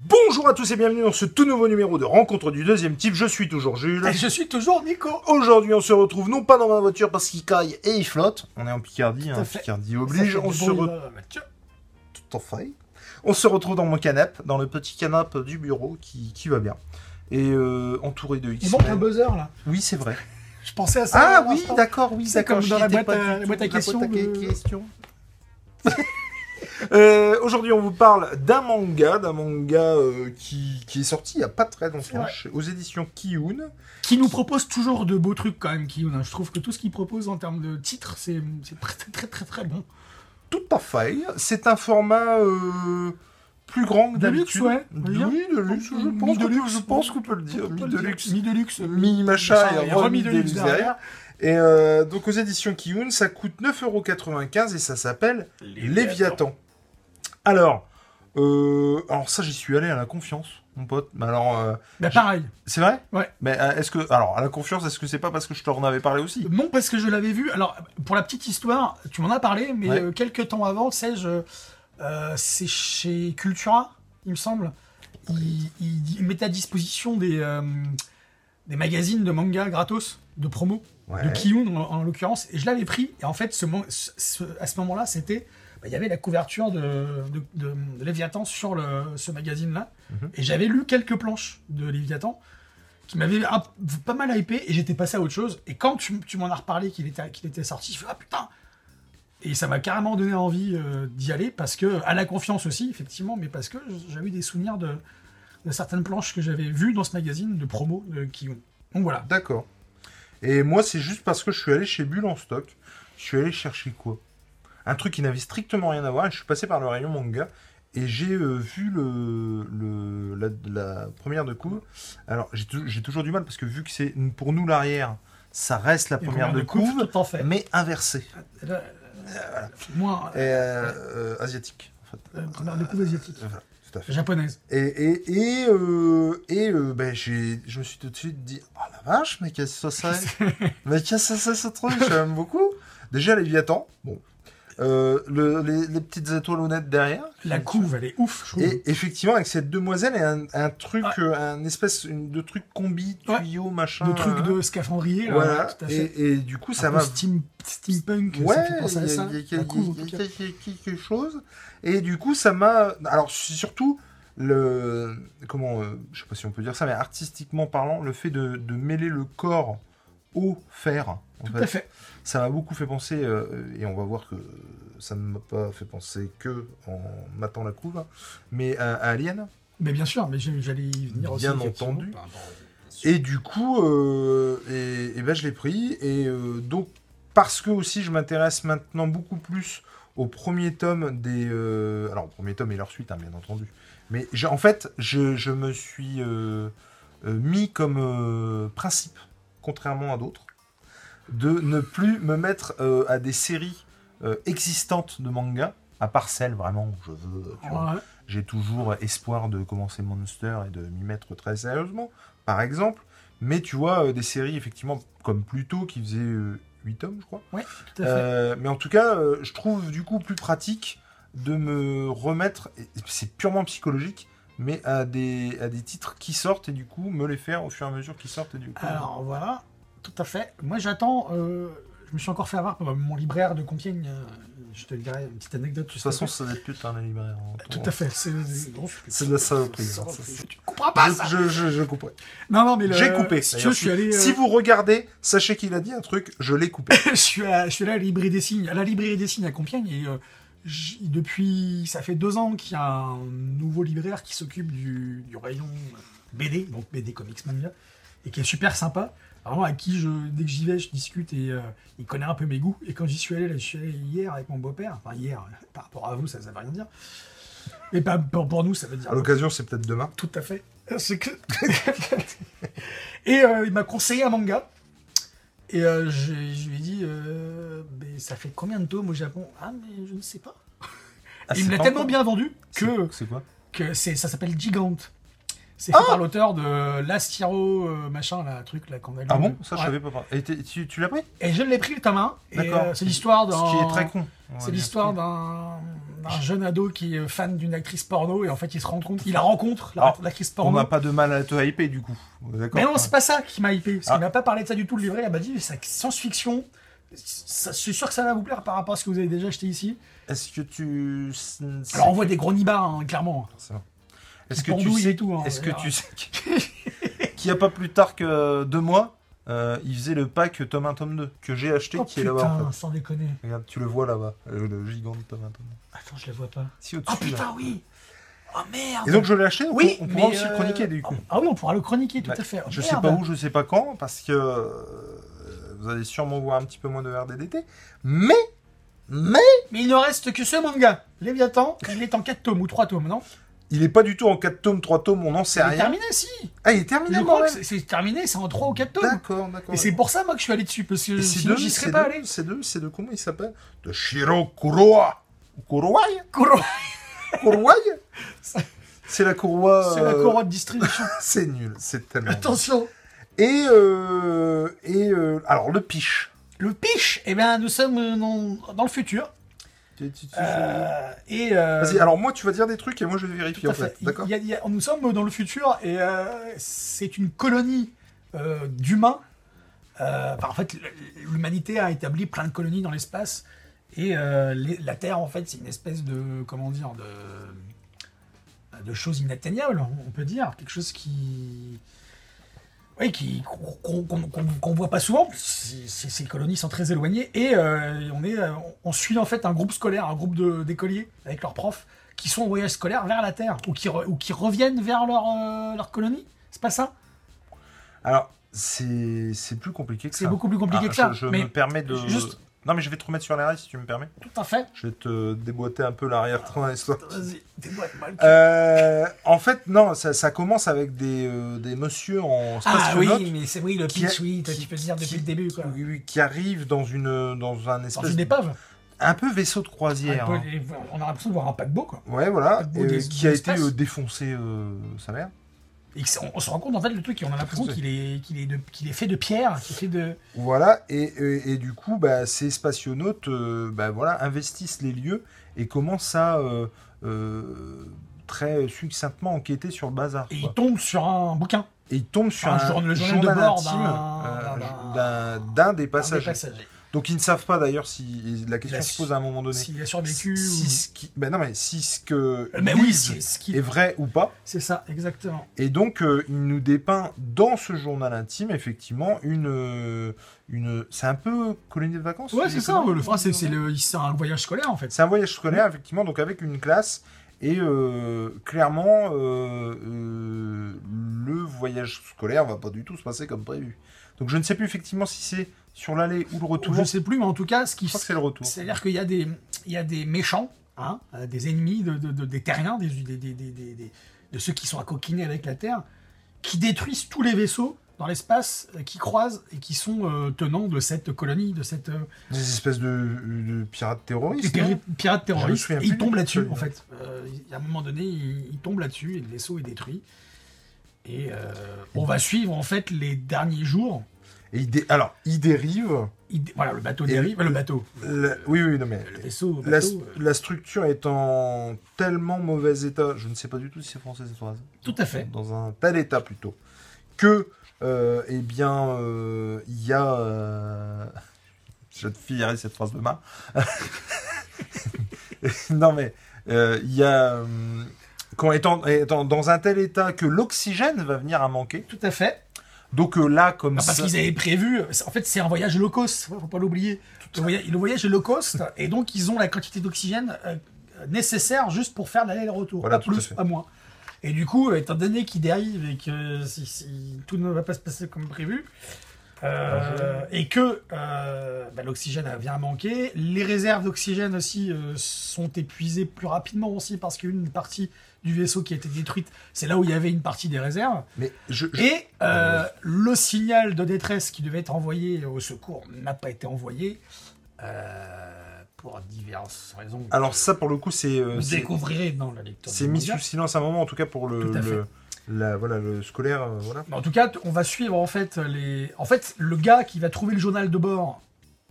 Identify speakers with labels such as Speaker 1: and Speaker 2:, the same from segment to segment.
Speaker 1: Bonjour à tous et bienvenue dans ce tout nouveau numéro de Rencontre du deuxième type. Je suis toujours Jules.
Speaker 2: Et je suis toujours Nico.
Speaker 1: Aujourd'hui, on se retrouve non pas dans ma voiture parce qu'il caille et il flotte. On est en Picardie,
Speaker 2: Tout à
Speaker 1: hein,
Speaker 2: fait.
Speaker 1: Picardie oblige.
Speaker 2: Ça fait
Speaker 1: On
Speaker 2: du
Speaker 1: se,
Speaker 2: bruit
Speaker 1: re-
Speaker 2: dans la voiture.
Speaker 1: tout en faille. On se retrouve dans mon canapé, dans le petit canapé du bureau qui, qui va bien. Et euh, entouré de
Speaker 2: Il
Speaker 1: X.
Speaker 2: manque un buzzer là.
Speaker 1: Oui, c'est vrai.
Speaker 2: Je pensais à ça.
Speaker 1: Ah
Speaker 2: à
Speaker 1: oui,
Speaker 2: l'instant.
Speaker 1: d'accord, oui,
Speaker 2: C'est
Speaker 1: d'accord.
Speaker 2: comme
Speaker 1: j'y
Speaker 2: dans la
Speaker 1: étais
Speaker 2: boîte
Speaker 1: pas
Speaker 2: à-
Speaker 1: du
Speaker 2: la
Speaker 1: tout.
Speaker 2: boîte à questions
Speaker 1: boîte
Speaker 2: de-
Speaker 1: que- questions. Euh, Aujourd'hui, on vous parle d'un manga, d'un manga euh, qui, qui est sorti il n'y a pas très
Speaker 2: C'est
Speaker 1: longtemps,
Speaker 2: vrai.
Speaker 1: chez- aux éditions Kiyun.
Speaker 2: Qui nous propose toujours de beaux trucs quand même, Kiyun. hein. Je trouve que tout ce qu'il propose en termes de titres, c'est c'est très, très très très très bon.
Speaker 1: Tout à fait. C'est un format euh, plus grand que
Speaker 2: De luxe,
Speaker 1: d'habitude.
Speaker 2: ouais, on peut le dire.
Speaker 1: Oui, de luxe, je
Speaker 2: Mi-
Speaker 1: pense,
Speaker 2: de
Speaker 1: qu'on peut-
Speaker 2: luxe.
Speaker 1: je pense qu'on peut le dire. Mi de luxe.
Speaker 2: Mi de luxe.
Speaker 1: Mi machin
Speaker 2: Machin
Speaker 1: et remis de luxe derrière. Et euh, donc aux éditions Kiyun, ça coûte 9,95€ et ça s'appelle Léviathan. Alors, euh, alors ça j'y suis allé à la confiance, mon pote. Mais alors, euh,
Speaker 2: Bah pareil.
Speaker 1: c'est vrai
Speaker 2: Ouais.
Speaker 1: Mais euh, est-ce que, alors à la confiance, est-ce que c'est pas parce que je t'en avais parlé aussi
Speaker 2: Non, parce que je l'avais vu. Alors, pour la petite histoire, tu m'en as parlé, mais
Speaker 1: Ouais.
Speaker 2: euh, quelques temps avant, tu sais, je- euh, c'est chez Cultura, il me semble. Ils il, mettait à disposition des, euh, des magazines de manga gratos, de promo, de
Speaker 1: Ouais.
Speaker 2: Kiyun en, en l'occurrence. Et je l'avais pris. Et en fait, ce, man- ce- ce- à ce moment-là, c'était. bah, Il y avait la couverture de, de, de- de Léviathan sur le- ce magazine-là.
Speaker 1: Mhm.
Speaker 2: Et j'avais lu quelques planches de Léviathan qui m'avait un- pas mal hypé et j'étais passé à autre chose. Et quand tu, tu m'en as reparlé qu'il était, qu'il était sorti, je fais Ah putain Et ça m'a carrément donné envie euh, d'y aller parce que, à la confiance aussi, effectivement, mais parce que j'avais eu des souvenirs de, de certaines planches que j'avais vues dans ce magazine de promo de Kion. Donc voilà.
Speaker 1: D'accord. Et moi, c'est juste parce que je suis allé chez Bulle en stock. Je suis allé chercher quoi Un truc qui n'avait strictement rien à voir. et Je suis passé par le rayon manga et j'ai euh, vu le, le- la, la première de couve. Alors, j'ai tou- j'ai toujours du mal parce que vu que c'est pour nous l'arrière, ça reste la
Speaker 2: Et
Speaker 1: première de
Speaker 2: couve,
Speaker 1: couve,
Speaker 2: tout en fait.
Speaker 1: mais inversée.
Speaker 2: Là, Moi,
Speaker 1: Et, euh, euh, asiatique, en fait.
Speaker 2: euh, première de couve asiatique.
Speaker 1: Voilà, tout à fait.
Speaker 2: Japonaise.
Speaker 1: Et, et, et, euh, et euh, ben, j'ai- je me suis tout de suite dit Oh la vache, mais qu'est-ce que ça c'est Mais qu'est-ce que c'est ce truc J'aime beaucoup. Déjà, Léviathan. Bon. Euh, le- les, les petites étoiles honnêtes derrière.
Speaker 2: La couve, elle est ouf, je trouve.
Speaker 1: Et effectivement, avec cette demoiselle et un, un truc,
Speaker 2: Ouais.
Speaker 1: euh, un espèce une- de truc combi,
Speaker 2: Ouais.
Speaker 1: tuyau, machin.
Speaker 2: le truc
Speaker 1: hein.
Speaker 2: de scaphandrier, là,
Speaker 1: Voilà.
Speaker 2: tout à fait.
Speaker 1: Et, et du coup,
Speaker 2: un
Speaker 1: ça
Speaker 2: peu
Speaker 1: m'a
Speaker 2: steam- steampunk,
Speaker 1: Ouais,
Speaker 2: ça fait penser à
Speaker 1: il y
Speaker 2: ça.
Speaker 1: a- il y a quel-
Speaker 2: La couve, en
Speaker 1: il y a
Speaker 2: tout cas.
Speaker 1: quel- quel- quel- quelque chose. Et du coup, ça m'a. Alors, c'est surtout le. Comment. euh, je sais pas si on peut dire ça, mais artistiquement parlant, le fait de, de mêler le corps au fer, en
Speaker 2: Tout
Speaker 1: fait,
Speaker 2: à fait.
Speaker 1: ça m'a beaucoup fait penser, euh, et on va voir que ça ne m'a pas fait penser que en matant la couve, hein, mais à, à Alien.
Speaker 2: Mais bien sûr, mais j'ai- j'allais y venir aussi.
Speaker 1: Bien
Speaker 2: effectivement.
Speaker 1: entendu. Et du coup, euh, et, et ben je l'ai pris. Et euh, donc, parce que aussi, je m'intéresse maintenant beaucoup plus au premier tome des. euh, alors, au premier tome et leur suite, hein, bien entendu. Mais j'ai- en fait, je, je me suis euh, euh, mis comme euh, principe, contrairement à d'autres, de ne plus me mettre euh, à des séries euh, existantes de manga, à part celles vraiment où je veux. tu vois,
Speaker 2: Ouais.
Speaker 1: j'ai toujours espoir de commencer Monster et de m'y mettre très sérieusement, par exemple. Mais tu vois, euh, des séries, effectivement, comme Pluto, qui faisait 8 tomes, je crois.
Speaker 2: Ouais, tout à fait.
Speaker 1: Euh, mais en tout cas, euh, je trouve du coup plus pratique de me remettre, et c'est purement psychologique, mais à des, à des titres qui sortent et du coup me les faire au fur et à mesure qu'ils sortent. Et du coup,
Speaker 2: Alors voilà, tout à fait. Moi j'attends, euh, je me suis encore fait avoir par mon libraire de Compiègne, euh, je te dirai une petite anecdote.
Speaker 1: de toute façon, ça va être putain, la libraire. hein.
Speaker 2: Tout à fait, c'est
Speaker 1: C'est de la saloperie, hein, ça, c'est-
Speaker 2: Tu comprends pas
Speaker 1: Je-
Speaker 2: ça
Speaker 1: Je, je, je comprends.
Speaker 2: Non, non, mais le-
Speaker 1: J'ai coupé.
Speaker 2: Si, tu veux,
Speaker 1: d'ailleurs.
Speaker 2: je suis allé. euh,
Speaker 1: Si vous regardez, sachez qu'il a dit un truc, je l'ai coupé.
Speaker 2: je suis à, je suis là à la librairie des signes, à la librairie des signes à Compiègne et euh, j- depuis ça fait deux ans qu'il y a un nouveau libraire qui s'occupe du, du rayon BD, donc BD Comics Manga, et qui est super sympa. Vraiment à qui je, dès que j'y vais, je discute et euh, il connaît un peu mes goûts. Et quand j'y suis allé, là, je suis allé hier avec mon beau-père, enfin hier, par rapport à vous, ça, ça veut rien dire. Mais pas pour, pour nous, ça veut dire
Speaker 1: À l'occasion, c'est peut-être demain.
Speaker 2: tout à fait. Euh, C'est que- et euh, il m'a conseillé un manga. Et euh, je, je lui ai dit, euh, Mais ça fait combien de tomes au Japon Ah, mais je ne sais pas.
Speaker 1: Ah,
Speaker 2: Et il me l'a tellement bien vendu que,
Speaker 1: C'est quoi
Speaker 2: que c'est, ça s'appelle Gigante. C'est
Speaker 1: Ah
Speaker 2: fait par l'auteur de Last Hero, euh, machin, là, truc là qu'on a lu.
Speaker 1: Ah bon Ça, je
Speaker 2: Ouais.
Speaker 1: savais pas. par- Et t'es- tu tu l'as pris
Speaker 2: Et je l'ai pris le tome 1. Et
Speaker 1: D'accord.
Speaker 2: euh, c'est l'histoire d'un.
Speaker 1: Ce qui est très con. on va
Speaker 2: C'est
Speaker 1: dire.
Speaker 2: l'histoire d'un d'un
Speaker 1: Je l'ai
Speaker 2: jeune ado qui est fan d'une actrice porno et en fait il se rend compte, il la rencontre, la-
Speaker 1: Alors,
Speaker 2: l'actrice
Speaker 1: On
Speaker 2: porno.
Speaker 1: n'a pas de mal à te hyper du coup. D'accord
Speaker 2: Mais non, c'est pas ça qui m'a hypé. Parce
Speaker 1: Ah.
Speaker 2: qu'il m'a pas parlé de ça du tout, le livret. Il m'a dit, c'est science-fiction. ça- Je suis sûr que ça va vous plaire par rapport à ce que vous avez déjà acheté ici.
Speaker 1: Est-ce que tu.
Speaker 2: Alors on voit des gros nibards, hein, clairement.
Speaker 1: Forcément. Est-ce
Speaker 2: Ils
Speaker 1: que tu
Speaker 2: pendouillent
Speaker 1: sais
Speaker 2: et tout, hein,
Speaker 1: Est-ce que
Speaker 2: d'ailleurs.
Speaker 1: tu sais que- qu'il n'y a pas plus tard que euh, deux mois, euh, il faisait le pack tome 1 tome 2 que j'ai acheté
Speaker 2: Oh
Speaker 1: qui est là-bas. en
Speaker 2: putain,
Speaker 1: fait.
Speaker 2: sans déconner.
Speaker 1: Regarde, tu le vois là-bas, le, le gigante tome 1 tome 2.
Speaker 2: Attends, je la vois pas.
Speaker 1: Si
Speaker 2: Oh
Speaker 1: au-dessus. là.
Speaker 2: putain, oui Oh merde
Speaker 1: Ah, Et donc je l'ai acheté. on
Speaker 2: Oui,
Speaker 1: peut- on pourra
Speaker 2: mais,
Speaker 1: aussi le
Speaker 2: euh,
Speaker 1: chroniquer du coup.
Speaker 2: Ah oui, on pourra le chroniquer, tout
Speaker 1: Ouais.
Speaker 2: à fait. Oh,
Speaker 1: Je sais
Speaker 2: merde.
Speaker 1: pas où, je sais pas quand, parce que euh, vous allez sûrement voir un petit peu moins de RDDT. Mais, mais,
Speaker 2: Mais il ne reste que ce manga. Léviathan, il est en 4 tomes ou 3 tomes, non
Speaker 1: il est pas du tout en 4 tomes, 3 tomes, on n'en sait
Speaker 2: C'est
Speaker 1: rien.
Speaker 2: terminé, si
Speaker 1: Ah, il est
Speaker 2: Je
Speaker 1: terminé,
Speaker 2: crois que
Speaker 1: bordel.
Speaker 2: c'est- c'est terminé, c'est en 3 ou 4 tomes.
Speaker 1: D'accord, d'accord.
Speaker 2: Et c'est pour ça, moi, que je suis allé dessus, parce que
Speaker 1: Et c'est
Speaker 2: sinon,
Speaker 1: de,
Speaker 2: j'y serais
Speaker 1: c'est
Speaker 2: pas
Speaker 1: de-
Speaker 2: allé.
Speaker 1: c'est de, c'est de comment il s'appelle De Shiro Kuroa. Kuroai
Speaker 2: Kuro-
Speaker 1: Kuroai
Speaker 2: Ça-
Speaker 1: C'est la Kuroa.
Speaker 2: C'est la
Speaker 1: euh,
Speaker 2: couronne distribution.
Speaker 1: C'est nul, c'est tellement.
Speaker 2: Attention
Speaker 1: Et, euh, et euh, alors, le piche.
Speaker 2: Le pitch, eh bien, nous sommes euh, dans, dans le futur.
Speaker 1: Tu- tu- tu-
Speaker 2: Euh, et. euh,
Speaker 1: Vas-y, alors moi, tu vas dire des trucs et moi, je vais
Speaker 2: tout
Speaker 1: vérifier
Speaker 2: à
Speaker 1: en fait.
Speaker 2: fait. Il-
Speaker 1: D'accord
Speaker 2: il y a- il y a- Nous sommes dans le futur et euh, c'est une colonie euh, d'humains. Euh, enfin, en fait, l- l'humanité a établi plein de colonies dans l'espace et euh, les- la Terre, en fait, c'est une espèce de. Comment dire De. de chose inatteignable, on peut dire. Quelque chose qui. Oui, qui- qu'on qu'on- qu'on- qu'on voit pas souvent. Ces- Ces ces colonies sont très éloignées et euh, on, est, euh, on suit en fait un groupe scolaire, un groupe de- d'écoliers avec leurs profs qui sont en voyage scolaire vers la Terre ou qui, re- ou qui reviennent vers leur, euh, leur colonie. C'est pas ça
Speaker 1: Alors, c'est c'est plus compliqué que ça.
Speaker 2: C'est beaucoup plus compliqué
Speaker 1: Ah,
Speaker 2: que ça.
Speaker 1: Je, je
Speaker 2: mais
Speaker 1: me permets de.
Speaker 2: juste-
Speaker 1: Non, mais je vais te remettre sur l'arrière si tu me permets.
Speaker 2: tout à fait.
Speaker 1: Je vais te déboîter un peu l'arrière-train histoire que
Speaker 2: Vas-y, déboîte-moi le cul.
Speaker 1: Euh, en fait, non, ça, ça commence avec des, euh, des messieurs en
Speaker 2: ah oui,
Speaker 1: spationaute
Speaker 2: mais c'est oui, le
Speaker 1: qui a-
Speaker 2: pitch, oui, toi,
Speaker 1: qui-
Speaker 2: tu peux le dire depuis
Speaker 1: qui-
Speaker 2: le début. Quoi.
Speaker 1: oui, oui, qui arrivent dans, une, dans un
Speaker 2: Dans
Speaker 1: espèce.
Speaker 2: une épave.
Speaker 1: Un peu vaisseau de
Speaker 2: Un
Speaker 1: croisière.
Speaker 2: peu-
Speaker 1: hein.
Speaker 2: et on a l'impression de voir un paquebot. Quoi.
Speaker 1: Ouais, voilà,
Speaker 2: Un peu
Speaker 1: euh,
Speaker 2: des-
Speaker 1: qui
Speaker 2: de
Speaker 1: a été
Speaker 2: l'espace.
Speaker 1: euh, défoncé, euh, sa mère.
Speaker 2: Et que c'est- on, on se rend compte, en fait, le truc, on a l'impression
Speaker 1: Tout à fait.
Speaker 2: qu'il est, qu'il est, de- qu'il est fait de pierre, qu'il est fait de.
Speaker 1: Voilà, et, et- et du coup, bah, ces spationautes euh, bah, voilà, investissent les lieux et commencent à euh, euh, très succinctement enquêter sur le bazar.
Speaker 2: Et
Speaker 1: quoi.
Speaker 2: il tombe sur un bouquin,
Speaker 1: Et ils tombent sur
Speaker 2: Un
Speaker 1: un, euh,
Speaker 2: journal- le journal de bord bah, d'un- d'un-
Speaker 1: d'un d'un des
Speaker 2: un des
Speaker 1: passagers.
Speaker 2: passagers.
Speaker 1: Donc ils ne savent pas d'ailleurs si la question
Speaker 2: La
Speaker 1: se
Speaker 2: su-
Speaker 1: pose à un moment donné.
Speaker 2: S'il a survécu.
Speaker 1: Si
Speaker 2: ou-
Speaker 1: ce qui- ben non mais si ce que
Speaker 2: Euh, Mais oui,
Speaker 1: disent
Speaker 2: c'est ce qui-
Speaker 1: est vrai ou pas.
Speaker 2: c'est ça, exactement.
Speaker 1: Et donc euh, il nous dépeint dans ce journal intime effectivement une euh, une c'est un peu colonie de vacances.
Speaker 2: Ouais,
Speaker 1: je
Speaker 2: c'est
Speaker 1: sais
Speaker 2: ça.
Speaker 1: pas.
Speaker 2: Le enfin, c'est c'est le, c'est un voyage scolaire en fait.
Speaker 1: C'est un voyage scolaire effectivement donc avec une classe et euh, clairement euh, euh, le voyage scolaire va pas du tout se passer comme prévu. Donc je ne sais plus effectivement si c'est sur l'aller ou le retour.
Speaker 2: Je sais plus, mais en tout cas, ce qui,
Speaker 1: Je crois que c'est le retour.
Speaker 2: c'est-à-dire qu'il y a des, il y a des méchants, hein, euh, des ennemis de, de- de- des terriens, des, des- des- des- des- des- de ceux qui sont à coquiner avec la Terre, qui détruisent tous les vaisseaux dans l'espace euh, qui croisent et qui sont euh, tenants de cette colonie, de cette euh,
Speaker 1: Des espèces de, de pirates
Speaker 2: des
Speaker 1: terroristes.
Speaker 2: péri-
Speaker 1: non
Speaker 2: pirates terroristes.
Speaker 1: souviens
Speaker 2: Et
Speaker 1: plus
Speaker 2: ils
Speaker 1: du
Speaker 2: tombent
Speaker 1: nom,
Speaker 2: là-dessus,
Speaker 1: celui-là.
Speaker 2: en fait. Euh, il- à un moment donné, ils, ils tombent là-dessus et le vaisseau est détruit. Et euh, on va suivre en fait les derniers jours.
Speaker 1: Et il dé- Alors, il dérive.
Speaker 2: Il dé- Voilà, le bateau
Speaker 1: Et
Speaker 2: dérive.
Speaker 1: le-
Speaker 2: Le bateau.
Speaker 1: La- Oui, oui, non, mais.
Speaker 2: Le vaisseau.
Speaker 1: La,
Speaker 2: bateau, euh,
Speaker 1: la structure est en tellement mauvais état, je ne sais pas du tout si c'est français cette phrase.
Speaker 2: Tout à fait.
Speaker 1: Dans un tel état plutôt, que, euh, eh bien, euh, il y a. euh, Je te fillerai cette phrase demain. non, mais euh, il y a. euh, Quand étant, étant dans un tel état que l'oxygène va venir à manquer.
Speaker 2: Tout à fait.
Speaker 1: Donc euh, là, comme
Speaker 2: Ah, parce
Speaker 1: ça-
Speaker 2: qu'ils avaient prévu. En fait, c'est un voyage low cost. Faut pas l'oublier. Le voya- le voyage est low cost. et donc, ils ont la quantité d'oxygène euh, nécessaire juste pour faire l'aller-retour.
Speaker 1: Voilà,
Speaker 2: pas
Speaker 1: tout à
Speaker 2: plus,
Speaker 1: fait.
Speaker 2: pas moins. Et du coup, étant donné qu'ils dérivent et que si, si tout ne va pas se passer comme prévu, euh, et que euh, bah, l'oxygène euh, vient à manquer, les réserves d'oxygène aussi euh, sont épuisées plus rapidement aussi parce qu'une partie du vaisseau qui a été détruite, c'est là où il y avait une partie des réserves.
Speaker 1: Mais je, je-
Speaker 2: Et euh, le signal de détresse qui devait être envoyé au secours n'a pas été envoyé euh, pour diverses raisons.
Speaker 1: Alors ça, pour le coup, c'est euh,
Speaker 2: Vous
Speaker 1: c'est-
Speaker 2: découvrirez dans la lecture.
Speaker 1: c'est
Speaker 2: du
Speaker 1: mis
Speaker 2: manga.
Speaker 1: sous silence à un moment, en tout cas pour le,
Speaker 2: Tout à fait.
Speaker 1: le- la, voilà, le scolaire. euh, voilà.
Speaker 2: Mais En tout cas, t- on va suivre en fait les. En fait, le gars qui va trouver le journal de bord,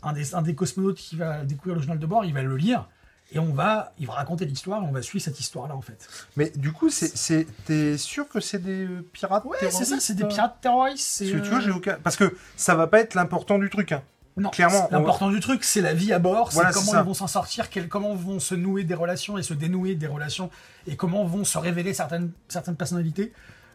Speaker 2: un des, un des cosmonautes qui va découvrir le journal de bord, il va le lire. Et on va, il va raconter l'histoire et on va suivre cette histoire-là en fait.
Speaker 1: Mais du coup, c'est- c'est- t'es sûr que c'est des euh, pirates
Speaker 2: Ouais, c'est ça,
Speaker 1: terroristes,
Speaker 2: c'est des
Speaker 1: euh
Speaker 2: pirates terroristes. c'est,
Speaker 1: Parce que tu vois,
Speaker 2: euh,
Speaker 1: j'ai aucun. Parce que ça va pas être l'important du truc. Hein.
Speaker 2: Non,
Speaker 1: Clairement,
Speaker 2: c'est- L'important du truc, c'est la vie à bord, c'est
Speaker 1: Voilà, c'est
Speaker 2: comment
Speaker 1: ça.
Speaker 2: ils vont s'en sortir, quel- comment vont se nouer des relations et se dénouer des relations, et comment vont se révéler certaines, certaines personnalités.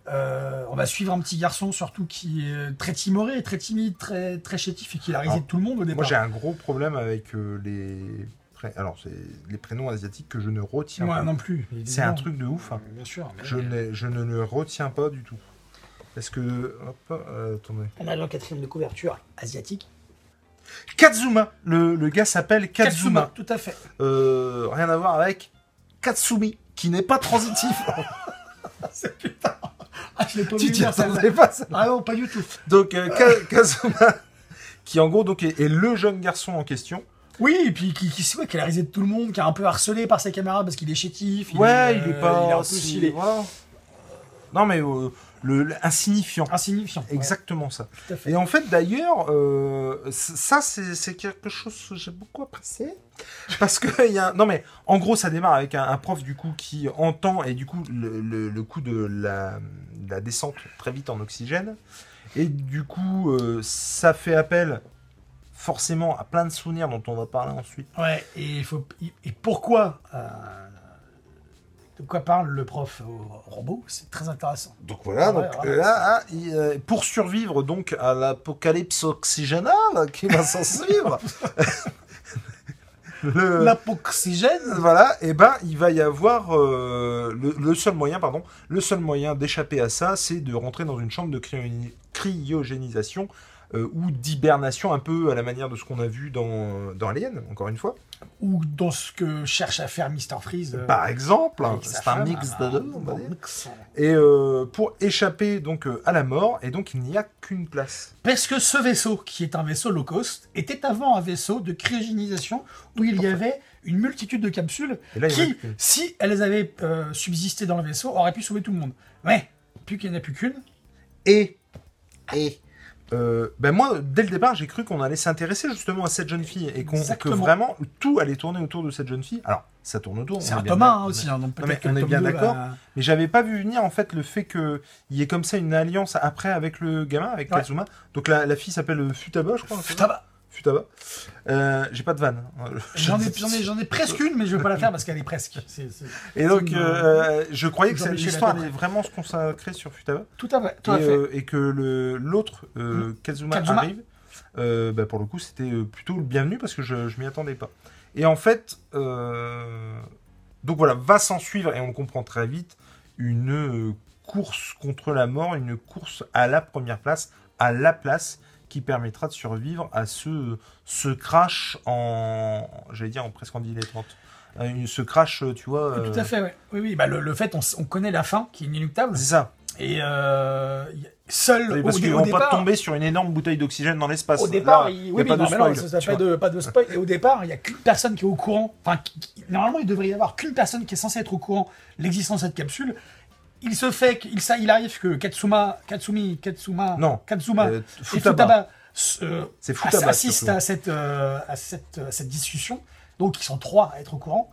Speaker 2: Euh, on va suivre un petit garçon surtout qui est très timoré, très timide, très, très chétif et qui est la risée de tout le monde au
Speaker 1: Ah, Moi,
Speaker 2: départ.
Speaker 1: j'ai un gros problème avec euh, les. pré- Alors, c'est les prénoms asiatiques que je ne retiens
Speaker 2: Moi
Speaker 1: pas.
Speaker 2: non plus.
Speaker 1: C'est
Speaker 2: évidemment.
Speaker 1: un truc de ouf. hein.
Speaker 2: Bien sûr. mais-
Speaker 1: Je, ne- je ne le retiens pas du tout. Parce que. Hop, euh, attendez.
Speaker 2: On a en quatrième de couverture asiatique.
Speaker 1: Katsuma Le, le gars s'appelle Katsuma.
Speaker 2: tout à fait.
Speaker 1: Euh, rien à voir avec Katsumi, qui n'est pas transitif.
Speaker 2: C'est putain. Ah, je l'ai pas
Speaker 1: tu
Speaker 2: vu
Speaker 1: t'y
Speaker 2: venir, celle-là.
Speaker 1: attendais pas, ça
Speaker 2: Ah non, pas du tout.
Speaker 1: Donc, euh, Ka- Kazuma, qui en gros donc, est, est le jeune garçon en question.
Speaker 2: Oui, et puis qui, qui, ouais, qui est la risée de tout le monde, qui est un peu harcelé par ses camarades parce qu'il est chétif.
Speaker 1: ouais, il
Speaker 2: euh,
Speaker 1: est pas.
Speaker 2: il est un peu-
Speaker 1: si-
Speaker 2: il est
Speaker 1: voilà. Non, mais euh, le, le- insignifiant.
Speaker 2: insignifiant. ouais,
Speaker 1: Exactement ça.
Speaker 2: tout à fait.
Speaker 1: Et en fait, d'ailleurs, euh, c- ça, c'est c'est quelque chose que j'ai beaucoup apprécié. Parce que, il y a, non mais, en gros, ça démarre avec un, un prof, du coup, qui entend, et du coup, le, le- le coup de la, la descente très vite en oxygène. Et du coup, euh, ça fait appel, forcément, à plein de souvenirs dont on va parler ensuite.
Speaker 2: Ouais, et, il faut, et pourquoi euh, De quoi parle le prof au robot C'est très intéressant.
Speaker 1: Donc voilà,
Speaker 2: Ouais,
Speaker 1: donc,
Speaker 2: voilà.
Speaker 1: là, hein, il, euh, pour survivre donc à l'apocalypse oxygénale qui va s'en suivre. le...
Speaker 2: L'apoxygène
Speaker 1: voilà, et ben il va y avoir euh, le, le seul moyen, pardon, le seul moyen d'échapper à ça, c'est de rentrer dans une chambre de cryo- cryogénisation euh, ou d'hibernation, un peu à la manière de ce qu'on a vu dans, dans Alien, encore une fois.
Speaker 2: Ou dans ce que cherche à faire Mister Freeze euh,
Speaker 1: Par exemple,
Speaker 2: avec sa
Speaker 1: c'est un
Speaker 2: femme,
Speaker 1: mix bah, de
Speaker 2: un
Speaker 1: deux, on va
Speaker 2: bon
Speaker 1: dire.
Speaker 2: mix.
Speaker 1: Et euh, pour échapper donc euh, à la mort, et donc il n'y a qu'une place.
Speaker 2: Parce que ce vaisseau, qui est un vaisseau low cost, était avant un vaisseau de cryogénisation où il y avait une multitude de capsules
Speaker 1: Et là, il y en a
Speaker 2: qui,
Speaker 1: qu'une.
Speaker 2: si elles avaient euh, subsisté dans le vaisseau, auraient pu sauver tout le monde. Ouais, plus qu'il n'y en a plus qu'une.
Speaker 1: Et, et euh, ben moi, dès le départ, j'ai cru qu'on allait s'intéresser justement à cette jeune fille et qu'on que
Speaker 2: Exactement.
Speaker 1: vraiment tout allait tourner autour de cette jeune fille. Alors, ça tourne autour.
Speaker 2: C'est
Speaker 1: on est bien
Speaker 2: un tome 1
Speaker 1: d'accord.
Speaker 2: hein, aussi, hein, donc
Speaker 1: mais
Speaker 2: peut-être que bah,
Speaker 1: on
Speaker 2: le
Speaker 1: est
Speaker 2: tome
Speaker 1: bien
Speaker 2: 2
Speaker 1: d'accord.
Speaker 2: va-
Speaker 1: Mais j'avais pas vu venir en fait le fait que il y ait comme ça une alliance après avec le gamin, avec
Speaker 2: Ouais.
Speaker 1: Kazuma. Donc la, la fille s'appelle euh, Futaba, je crois. c'est ça
Speaker 2: Putain, bah,
Speaker 1: Futaba. Euh, j'ai pas de vanne. hein.
Speaker 2: J'en ai, j'en ai- j'en ai presque une, mais je ne vais pas la faire parce qu'elle est presque. C'est- c'est-
Speaker 1: Et donc,
Speaker 2: une-
Speaker 1: euh, je croyais que
Speaker 2: Jean-Michel
Speaker 1: cette- l'histoire
Speaker 2: Lagarde.
Speaker 1: allait vraiment se consacrer sur Futaba.
Speaker 2: Tout à fait. tout
Speaker 1: et,
Speaker 2: à fait. Mm.
Speaker 1: euh, et que le- l'autre euh, Kazuma,
Speaker 2: Kazuma.
Speaker 1: arrive, euh, bah, pour le coup, c'était euh, plutôt le bienvenu parce que je, je m'y attendais pas. Et en fait, euh, donc voilà, va s'en suivre et on le comprend très vite une euh, course contre la mort, une course à la première place, à la place qui permettra de survivre à ce, ce crash en, j'allais dire en presque en dilettante, Euh, une- ce crash, euh, tu vois.
Speaker 2: Tout à
Speaker 1: euh,
Speaker 2: fait, ouais. oui. oui bah, le, le fait, on, s- on connaît la fin, qui est inéluctable.
Speaker 1: C'est ça.
Speaker 2: Et euh, y- seul
Speaker 1: Parce
Speaker 2: au,
Speaker 1: qu'ils
Speaker 2: dé- au
Speaker 1: vont pas
Speaker 2: départ,
Speaker 1: tomber sur une énorme bouteille d'oxygène dans l'espace.
Speaker 2: au départ,
Speaker 1: Là,
Speaker 2: il-
Speaker 1: y a
Speaker 2: oui,
Speaker 1: pas
Speaker 2: oui, non,
Speaker 1: de
Speaker 2: mais non,
Speaker 1: spoil,
Speaker 2: ça, ça,
Speaker 1: tu
Speaker 2: pas,
Speaker 1: vois.
Speaker 2: de, pas de spoil. Et au départ, il n'y a qu'une personne qui est au courant. Enfin, qui- qui- normalement, il devrait y avoir qu'une personne qui est censée être au courant de l'existence de cette capsule. Il se fait qu'il ça, il arrive que Katsuma, Katsumi, Katsuma,
Speaker 1: Non.
Speaker 2: Katsuma
Speaker 1: Euh,
Speaker 2: et
Speaker 1: Futaba.
Speaker 2: Futaba se-
Speaker 1: C'est Futaba,
Speaker 2: assistent
Speaker 1: surtout.
Speaker 2: euh, à cette, euh, à, cette, à cette discussion. Donc, ils sont trois à être au courant.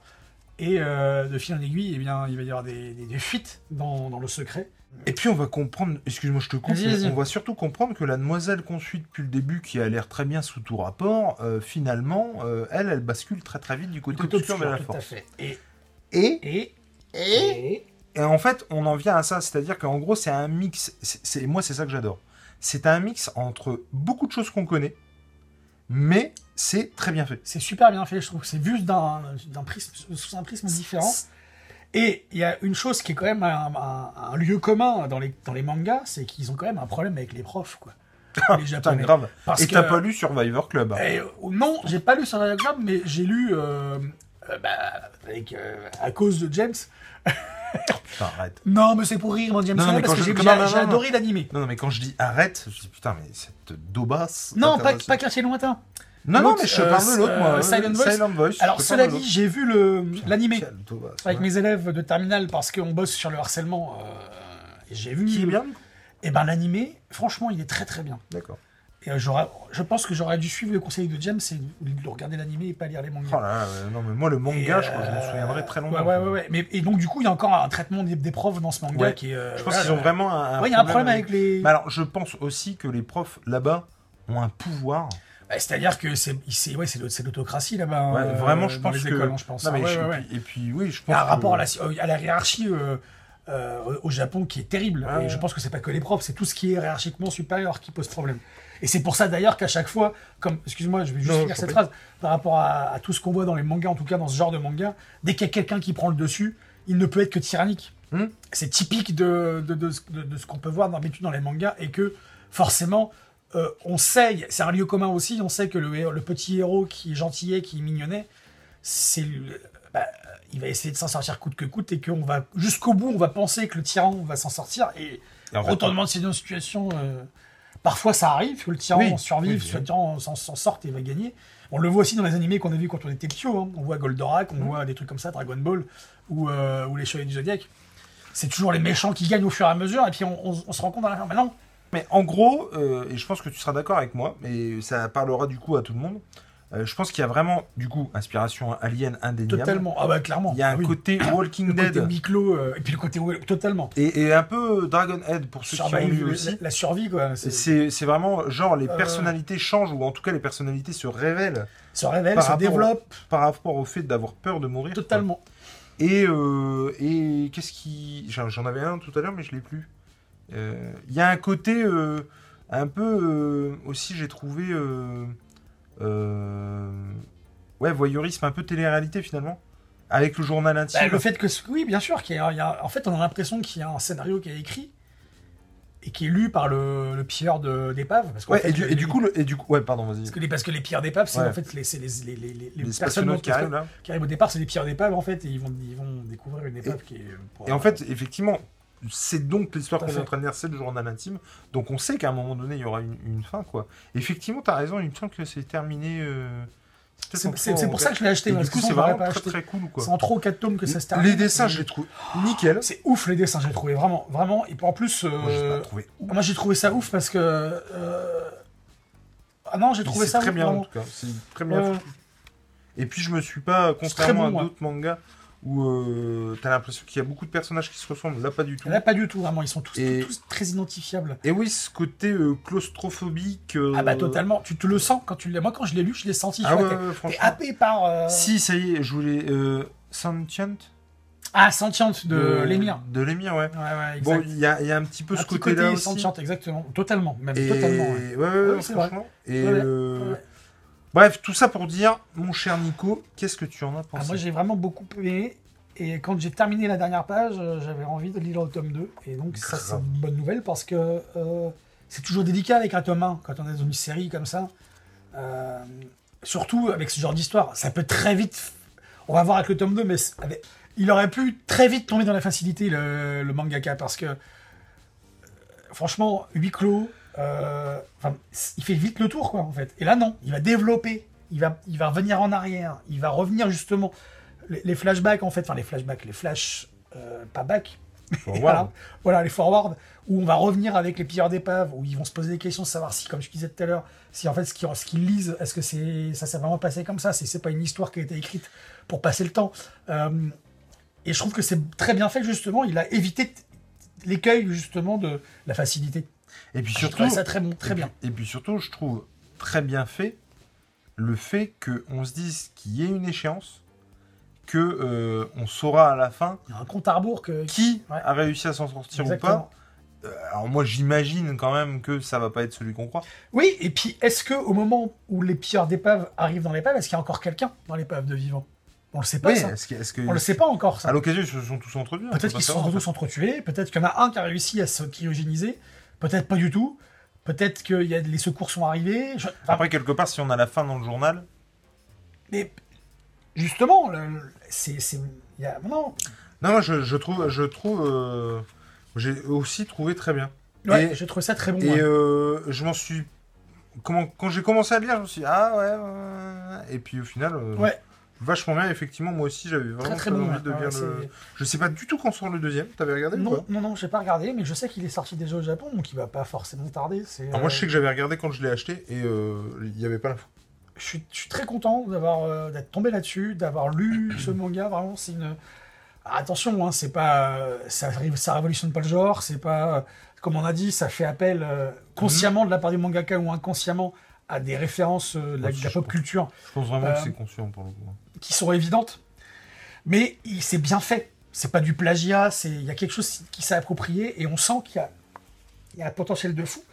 Speaker 2: Et euh, de fil en aiguille, eh bien, il va y avoir des, des- des fuites dans, dans le secret.
Speaker 1: Et puis on va comprendre, excuse-moi je te coupe,
Speaker 2: Vas-y,
Speaker 1: mais
Speaker 2: vas-y.
Speaker 1: on va surtout comprendre que la demoiselle qu'on suit depuis le début, qui a l'air très bien sous tout rapport, euh, finalement, euh, elle, elle bascule très très vite du côté
Speaker 2: Côté
Speaker 1: obscur de
Speaker 2: obscur,
Speaker 1: la
Speaker 2: tout à
Speaker 1: force.
Speaker 2: fait. Et,
Speaker 1: Et,
Speaker 2: et, et
Speaker 1: et en fait, on en vient à ça, c'est-à-dire qu'en gros, c'est un mix, c'est, c'est- moi c'est ça que j'adore, c'est un mix entre beaucoup de choses qu'on connaît, mais c'est très bien fait.
Speaker 2: C'est super bien fait, je trouve. C'est vu d'un d'un prisme, sous un prisme différent. Et il y a une chose qui est quand même un, un- un lieu commun dans les, dans les mangas, c'est qu'ils ont quand même un problème avec les profs, quoi. les
Speaker 1: Ah, Putain,
Speaker 2: japonais.
Speaker 1: grave.
Speaker 2: Parce
Speaker 1: et
Speaker 2: que-
Speaker 1: t'as pas lu Survivor Club hein.
Speaker 2: Eh, euh, non, j'ai pas lu Survival Club, mais j'ai lu, euh, euh, bah, avec, euh, à cause de James.
Speaker 1: Putain, arrête.
Speaker 2: Non, mais c'est pour rire, mon James,
Speaker 1: Non, non,
Speaker 2: Wan,
Speaker 1: mais
Speaker 2: parce
Speaker 1: quand
Speaker 2: que
Speaker 1: je-
Speaker 2: j'ai
Speaker 1: non,
Speaker 2: j'ai-
Speaker 1: non, non,
Speaker 2: j'ai
Speaker 1: non.
Speaker 2: adoré l'animé.
Speaker 1: Non, non, mais quand je dis arrête, je dis putain, mais cette daubasse.
Speaker 2: Non, pas,
Speaker 1: internationale.
Speaker 2: pas Quartier Lointain.
Speaker 1: Non, non,
Speaker 2: l'autre,
Speaker 1: mais je te
Speaker 2: euh,
Speaker 1: parle de l'autre, moi.
Speaker 2: euh, Silent Voice.
Speaker 1: Voice,
Speaker 2: Alors,
Speaker 1: je te
Speaker 2: cela
Speaker 1: parle de
Speaker 2: dit, j'ai vu le-
Speaker 1: l'autre.
Speaker 2: l'animé.
Speaker 1: Quelle daubasse,
Speaker 2: avec
Speaker 1: ouais.
Speaker 2: mes élèves de terminale parce qu'on bosse sur le harcèlement. euh, et j'ai vu.
Speaker 1: Qui est bien du coup
Speaker 2: Eh Et ben l'animé, franchement, il est très très bien.
Speaker 1: D'accord.
Speaker 2: Et euh, j'aurais- je pense que j'aurais dû suivre le conseil de James et de regarder l'animé et pas lire les mangas.
Speaker 1: Oh là là, euh, non, mais moi, le
Speaker 2: Et,
Speaker 1: manga, je crois que je m'en
Speaker 2: euh,
Speaker 1: souviendrai très longtemps.
Speaker 2: Ouais, ouais, ouais, ouais. Mais, et donc, du coup, il y a encore un traitement des, des profs dans ce manga
Speaker 1: Ouais.
Speaker 2: qui est. euh,
Speaker 1: Je pense
Speaker 2: voilà,
Speaker 1: qu'ils ont
Speaker 2: euh,
Speaker 1: vraiment Bah, un.
Speaker 2: Ouais, il y a un problème avec les.
Speaker 1: Mais alors, je pense aussi que les profs là-bas ont un pouvoir.
Speaker 2: Bah, C'est-à-dire que c'est c'est- ouais, c'est l'aut- c'est l'autocratie là-bas.
Speaker 1: Ouais,
Speaker 2: euh,
Speaker 1: vraiment, je
Speaker 2: dans
Speaker 1: pense
Speaker 2: les
Speaker 1: que.
Speaker 2: écoles, hein, je pense.
Speaker 1: Non, mais
Speaker 2: Ah, ouais,
Speaker 1: je-
Speaker 2: ouais, ouais.
Speaker 1: et puis- Et puis, oui, je pense.
Speaker 2: Il y a un
Speaker 1: que-
Speaker 2: rapport à la, à la hiérarchie euh, euh, au Japon qui est terrible.
Speaker 1: Ouais,
Speaker 2: et je
Speaker 1: ouais.
Speaker 2: pense que c'est pas que les profs, c'est tout ce qui est hiérarchiquement supérieur qui pose problème. Et c'est pour ça d'ailleurs qu'à chaque fois, comme excuse-moi, je vais juste
Speaker 1: Non,
Speaker 2: finir
Speaker 1: je
Speaker 2: cette
Speaker 1: t'en
Speaker 2: phrase par rapport à, à tout ce qu'on voit dans les mangas, en tout cas dans ce genre de manga, dès qu'il y a quelqu'un qui prend le dessus, il ne peut être que tyrannique.
Speaker 1: Hmm.
Speaker 2: C'est typique de, de, de ce- de- de ce qu'on peut voir d'habitude dans les mangas et que forcément. euh, on sait, c'est un lieu commun aussi, on sait que le, hé- le petit héros qui est gentillet, qui est mignonnet, c'est le- bah, il va essayer de s'en sortir coûte que coûte et qu'on va jusqu'au bout on va penser que le tyran va s'en sortir et
Speaker 1: Et en fait,
Speaker 2: retournement de cette situation euh, parfois ça arrive que le tyran
Speaker 1: Oui,
Speaker 2: survive
Speaker 1: oui,
Speaker 2: que le
Speaker 1: oui.
Speaker 2: tyran s'en- s'en sorte et va gagner on le voit aussi dans les animés qu'on a vu quand on était pio on voit Goldorak
Speaker 1: Mmh.
Speaker 2: on voit des trucs comme ça Dragon Ball ou, euh, ou les Chevaliers du Zodiac c'est toujours les méchants qui gagnent au fur et à mesure et puis on, on- on se rend compte à la fin mais non
Speaker 1: Mais en gros, euh, et je pense que tu seras d'accord avec moi, mais ça parlera du coup à tout le monde. euh, je pense qu'il y a vraiment, du coup, inspiration alien indéniable.
Speaker 2: totalement ah bah clairement
Speaker 1: Il y a un
Speaker 2: Ah oui.
Speaker 1: côté Walking
Speaker 2: le côté
Speaker 1: Dead
Speaker 2: huis clos, euh, et puis le côté ouais, totalement
Speaker 1: et, et un peu Dragonhead pour ceux qui ont
Speaker 2: Survive,
Speaker 1: lu
Speaker 2: la-
Speaker 1: aussi.
Speaker 2: la survie quoi c'est-
Speaker 1: C'est c'est vraiment genre les
Speaker 2: Euh.
Speaker 1: personnalités changent ou en tout cas les personnalités se révèlent
Speaker 2: se révèle
Speaker 1: par
Speaker 2: se
Speaker 1: rapport au-
Speaker 2: développe
Speaker 1: par rapport au fait d'avoir peur de mourir.
Speaker 2: Totalement.
Speaker 1: Et, euh, et qu'est-ce qui. J'en j'en avais un tout à l'heure, mais je l'ai plus. Euh, Il y a un côté euh, un peu. euh, aussi, j'ai trouvé. euh, euh, ouais, voyeurisme, un peu télé-réalité finalement. Avec le journal intime.
Speaker 2: Bah, le fait que. ce- Oui, bien sûr. qu'il y a- il y a- En fait, on a l'impression qu'il y a un scénario qui est écrit et qui est lu par le, le pilleur de- d'épave. Parce qu'en
Speaker 1: Ouais,
Speaker 2: fait,
Speaker 1: et, du,
Speaker 2: le-
Speaker 1: et du coup, le- et du coup. Ouais, pardon, vas-y.
Speaker 2: Parce que les, parce que les pires d'épave, c'est
Speaker 1: Ouais.
Speaker 2: en fait les, c'est les, les, les, les- les
Speaker 1: Les
Speaker 2: personnes
Speaker 1: spationautes
Speaker 2: qui,
Speaker 1: qui arrivent là.
Speaker 2: qui arrivent au départ, c'est les pires d'épave en fait, et ils vont, ils vont découvrir une épave qui est. pour-
Speaker 1: Et en fait, effectivement, c'est donc l'histoire
Speaker 2: Tout à
Speaker 1: qu'on est
Speaker 2: fait.
Speaker 1: en train de lire, c'est le journal intime. Donc on sait qu'à un moment donné, il y aura une, une fin, quoi. Effectivement, t'as raison, il me semble que c'est terminé. euh, peut-être
Speaker 2: c'est
Speaker 1: en
Speaker 2: c'est- c'est
Speaker 1: cours,
Speaker 2: pour
Speaker 1: en
Speaker 2: ça que je l'ai acheté.
Speaker 1: Et
Speaker 2: parce
Speaker 1: du coup,
Speaker 2: que
Speaker 1: c'est
Speaker 2: sinon, je l'aurais
Speaker 1: vraiment
Speaker 2: pas
Speaker 1: très
Speaker 2: acheté.
Speaker 1: très cool, quoi.
Speaker 2: C'est en trop 4 tomes que ça se termine.
Speaker 1: Les dessins, je les trouve nickel.
Speaker 2: C'est ouf les dessins, j'ai trouvé vraiment, vraiment. Et puis en plus,
Speaker 1: Moi, je les ai
Speaker 2: euh,
Speaker 1: pas trouvés.
Speaker 2: moi j'ai trouvé ça ouf parce que. euh, Ah non, j'ai
Speaker 1: Mais
Speaker 2: trouvé
Speaker 1: C'est
Speaker 2: ça
Speaker 1: très
Speaker 2: ouf,
Speaker 1: bien, en
Speaker 2: vraiment.
Speaker 1: tout cas. C'est très bien.
Speaker 2: Ouais.
Speaker 1: foutu. Et puis, je me suis pas,
Speaker 2: bon,
Speaker 1: contrairement
Speaker 2: moi.
Speaker 1: à d'autres mangas où euh, t'as l'impression qu'il y a beaucoup de personnages qui se ressemblent, là, pas du tout.
Speaker 2: Là, pas du tout, vraiment. Ils sont tous,
Speaker 1: Et-
Speaker 2: tous très identifiables.
Speaker 1: Et oui, ce côté euh, claustrophobique. euh,
Speaker 2: Ah bah totalement. Tu te le sens quand tu l'as. Moi, quand je l'ai lu, je l'ai senti. tu
Speaker 1: Ah
Speaker 2: vois,
Speaker 1: ouais,
Speaker 2: t'es-
Speaker 1: ouais,
Speaker 2: T'es
Speaker 1: franchement.
Speaker 2: happé par. euh,
Speaker 1: Si, ça y est, je voulais. Euh, Sentient
Speaker 2: Ah, sentiente de l'émir.
Speaker 1: De l'émir, ouais.
Speaker 2: Ouais, ouais, exact.
Speaker 1: Euh, Bon, il y, a- il y a un petit peu
Speaker 2: Un
Speaker 1: ce
Speaker 2: petit
Speaker 1: côté-là
Speaker 2: côté
Speaker 1: aussi.
Speaker 2: sentiente, exactement. Totalement, même.
Speaker 1: Et...
Speaker 2: Ah, Totalement.
Speaker 1: ouais,
Speaker 2: ouais.
Speaker 1: ouais, ouais,
Speaker 2: oui, c'est vrai.
Speaker 1: franchement. Et
Speaker 2: Ouais, ouais.
Speaker 1: euh,
Speaker 2: Ouais.
Speaker 1: Bref, tout ça pour dire, mon cher Nico, qu'est-ce que tu en as
Speaker 2: Ah,
Speaker 1: pensé
Speaker 2: moi, j'ai vraiment beaucoup aimé. Et quand j'ai terminé la dernière page, euh, j'avais envie de lire le tome 2. Et donc, ça, c'est
Speaker 1: Grave.
Speaker 2: une bonne nouvelle parce que euh, c'est toujours délicat avec un tome 1 quand on est dans une série comme ça. Euh, surtout avec ce genre d'histoire. Ça peut très vite. On va voir avec le tome 2, mais c'est- avec- il aurait pu très vite tomber dans la facilité, le, le mangaka, parce que euh, franchement, huis clos, euh, enfin, c- il fait vite le tour, quoi, en fait. Et là, non, il va développer, il va, il va revenir en arrière, il va revenir justement. Les, les flashbacks, en fait, enfin, les flashbacks, les flashs, euh, pas back,
Speaker 1: Forward.
Speaker 2: voilà, voilà, les forwards, où on va revenir avec les pilleurs d'épaves, où ils vont se poser des questions, savoir si, comme je disais tout à l'heure, si en fait ce qu'ils ce qu'ils lisent, est-ce que c'est ça s'est vraiment passé comme ça C'est c'est pas une histoire qui a été écrite pour passer le temps. Euh, et je trouve que c'est très bien fait, justement, il a évité t- l'écueil, justement, de la facilité.
Speaker 1: Et puis
Speaker 2: Je
Speaker 1: surtout,
Speaker 2: trouvais ça très bon, très
Speaker 1: et puis-
Speaker 2: bien.
Speaker 1: Et puis surtout, je trouve très bien fait le fait qu'on se dise qu'il y ait une échéance, que euh, on saura à la fin
Speaker 2: Il y a un compte à rebours que.
Speaker 1: qui
Speaker 2: Ouais.
Speaker 1: a réussi à s'en sortir ou
Speaker 2: Exactement.
Speaker 1: pas. Euh, Alors moi, j'imagine quand même que ça va pas être celui qu'on croit.
Speaker 2: Oui, et puis est-ce que au moment où les pilleurs d'épaves arrivent dans l'épave, est-ce qu'il y a encore quelqu'un dans l'épave de vivant On le sait pas,
Speaker 1: Oui,
Speaker 2: ça.
Speaker 1: est-ce que, est-ce que-
Speaker 2: On le sait pas encore, ça.
Speaker 1: à l'occasion, ils se sont tous entretenus. on peut
Speaker 2: Peut-être
Speaker 1: pas
Speaker 2: qu'ils se
Speaker 1: savoir,
Speaker 2: sont
Speaker 1: en
Speaker 2: tous entretués, peut-être qu'il y en a un qui a réussi à se cryogéniser, peut-être pas du tout, peut-être que il y a- les secours sont arrivés. je- enfin,
Speaker 1: fait. Après, quelque part, si on a la fin dans le journal,
Speaker 2: mais justement, le- le- c'est. c'est- il y a- non,
Speaker 1: non, moi, je, je trouve, je trouve, euh, j'ai aussi trouvé très bien.
Speaker 2: ouais,
Speaker 1: Et-
Speaker 2: j'ai trouvé ça très bon.
Speaker 1: Et
Speaker 2: ouais.
Speaker 1: euh, je m'en suis. Comment... Quand j'ai commencé à le lire, je me suis dit, ah ouais, ouais, ouais. Et puis au final, euh,
Speaker 2: Ouais.
Speaker 1: vachement bien. Effectivement, moi aussi, j'avais vraiment
Speaker 2: Très très
Speaker 1: pas
Speaker 2: bon.
Speaker 1: envie
Speaker 2: ouais.
Speaker 1: de
Speaker 2: Ouais,
Speaker 1: bien le-
Speaker 2: c'est-
Speaker 1: Je sais pas du tout quand sort le deuxième. T'avais regardé ou pas
Speaker 2: Non, non, non, j'ai pas regardé, mais je sais qu'il est sorti déjà au Japon, donc il va pas forcément tarder. C'est.
Speaker 1: Alors Ah, moi, je
Speaker 2: euh,
Speaker 1: sais que j'avais regardé quand je l'ai acheté et euh, il n'y avait pas l'info.
Speaker 2: je suis, je suis très content d'avoir euh, d'être tombé là-dessus, d'avoir lu ce manga. Vraiment, c'est une. Ah, attention, hein, c'est pas, euh, ça, ré- ça révolutionne pas le genre, c'est pas, euh, comme on a dit, ça fait appel euh, consciemment de la part du mangaka ou inconsciemment à des références euh, de la,
Speaker 1: Ouais,
Speaker 2: de la
Speaker 1: je
Speaker 2: pop
Speaker 1: pense.
Speaker 2: culture
Speaker 1: Je pense vraiment
Speaker 2: Euh,
Speaker 1: que c'est conscient pour le coup.
Speaker 2: qui sont évidentes, mais il- c'est bien fait. C'est pas du plagiat, c'est il y a quelque chose qui s'est approprié et on sent qu'il y a, il y a un potentiel de fou.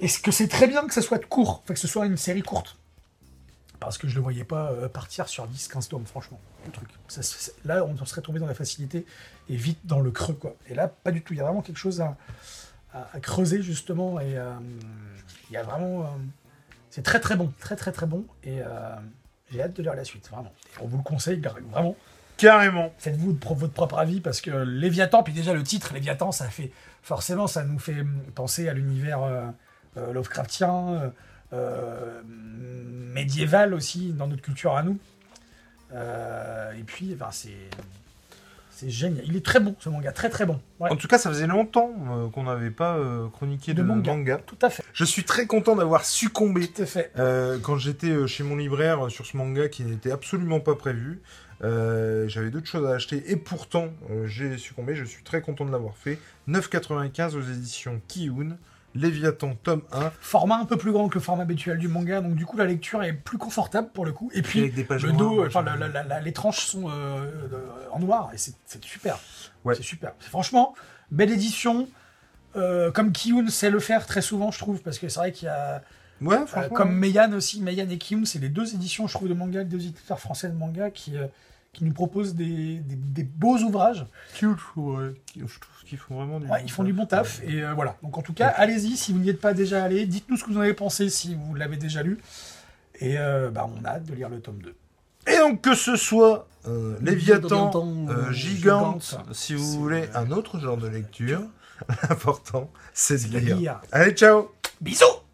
Speaker 2: Et ce que c'est très bien que ça soit court, enfin, que ce soit une série courte. Parce que je le voyais pas euh, partir sur 10-15 tomes, franchement. Le truc. Ça, c'est- c'est- là, on serait tombé dans la facilité et vite dans le creux, quoi. Et là, pas du tout. Il y a vraiment quelque chose à, à- à creuser, justement. Et euh, il y a vraiment. euh, c'est très, très bon. Très, très, très bon. Et euh, j'ai hâte de lire la suite, vraiment. Et on vous le conseille, gra- vraiment.
Speaker 1: Carrément.
Speaker 2: Faites-vous de pro- votre propre avis, parce que Léviathan, puis déjà le titre, Léviathan, ça fait. Forcément, ça nous fait hum, penser à l'univers euh, euh, Lovecraftien, euh, euh, médiéval aussi, dans notre culture à nous. Euh, et puis, enfin, c'est. C'est génial. Il est très bon, ce manga, très très bon. Ouais,
Speaker 1: En tout cas, ça faisait longtemps euh, qu'on n'avait pas euh, chroniqué
Speaker 2: De
Speaker 1: de,
Speaker 2: manga.
Speaker 1: manga.
Speaker 2: tout à fait.
Speaker 1: Je suis très content d'avoir succombé
Speaker 2: Tout à fait.
Speaker 1: euh, quand j'étais euh, chez mon libraire euh, sur ce manga qui n'était absolument pas prévu. Euh, J'avais d'autres choses à acheter et pourtant euh, j'ai succombé. Je suis très content de l'avoir fait. 9,95 aux éditions Kiun. Léviathan tome 1.
Speaker 2: Format un peu plus grand que le format habituel du manga, donc du coup la lecture est plus confortable pour le coup. Et puis,
Speaker 1: avec des pages
Speaker 2: le
Speaker 1: noires,
Speaker 2: dos,
Speaker 1: moi,
Speaker 2: enfin,
Speaker 1: j'aime
Speaker 2: la-
Speaker 1: bien.
Speaker 2: la- la- les tranches sont euh, euh, en noir et c'est c'est super.
Speaker 1: Ouais.
Speaker 2: C'est super. Franchement, belle édition. Euh, comme Kiyun sait le faire très souvent, je trouve, parce que c'est vrai qu'il y a.
Speaker 1: Ouais,
Speaker 2: euh,
Speaker 1: franchement.
Speaker 2: comme Meian aussi, Meian et Kiyun, c'est les deux éditions, je trouve, de manga, les deux éditeurs français de manga qui, euh, qui nous proposent des, des- des beaux ouvrages.
Speaker 1: Kiun, je trouve, ouais. Kiun, je trouve qu'ils font vraiment du
Speaker 2: Ouais, ils font du bon taf. Et euh, voilà. Donc en tout cas, allez-y si vous n'y êtes pas déjà allé. Dites-nous ce que vous en avez pensé si vous l'avez déjà lu. Et euh, bah, on a hâte de lire le tome 2.
Speaker 1: Et donc que ce soit euh, Léviathan,
Speaker 2: Léviathan,
Speaker 1: euh,
Speaker 2: euh,
Speaker 1: Gigante,
Speaker 2: Gigante,
Speaker 1: si vous
Speaker 2: c'est,
Speaker 1: voulez
Speaker 2: euh,
Speaker 1: un autre genre de lecture, l'important c'est de
Speaker 2: C'est à
Speaker 1: lire.
Speaker 2: dire.
Speaker 1: Allez, ciao
Speaker 2: Bisous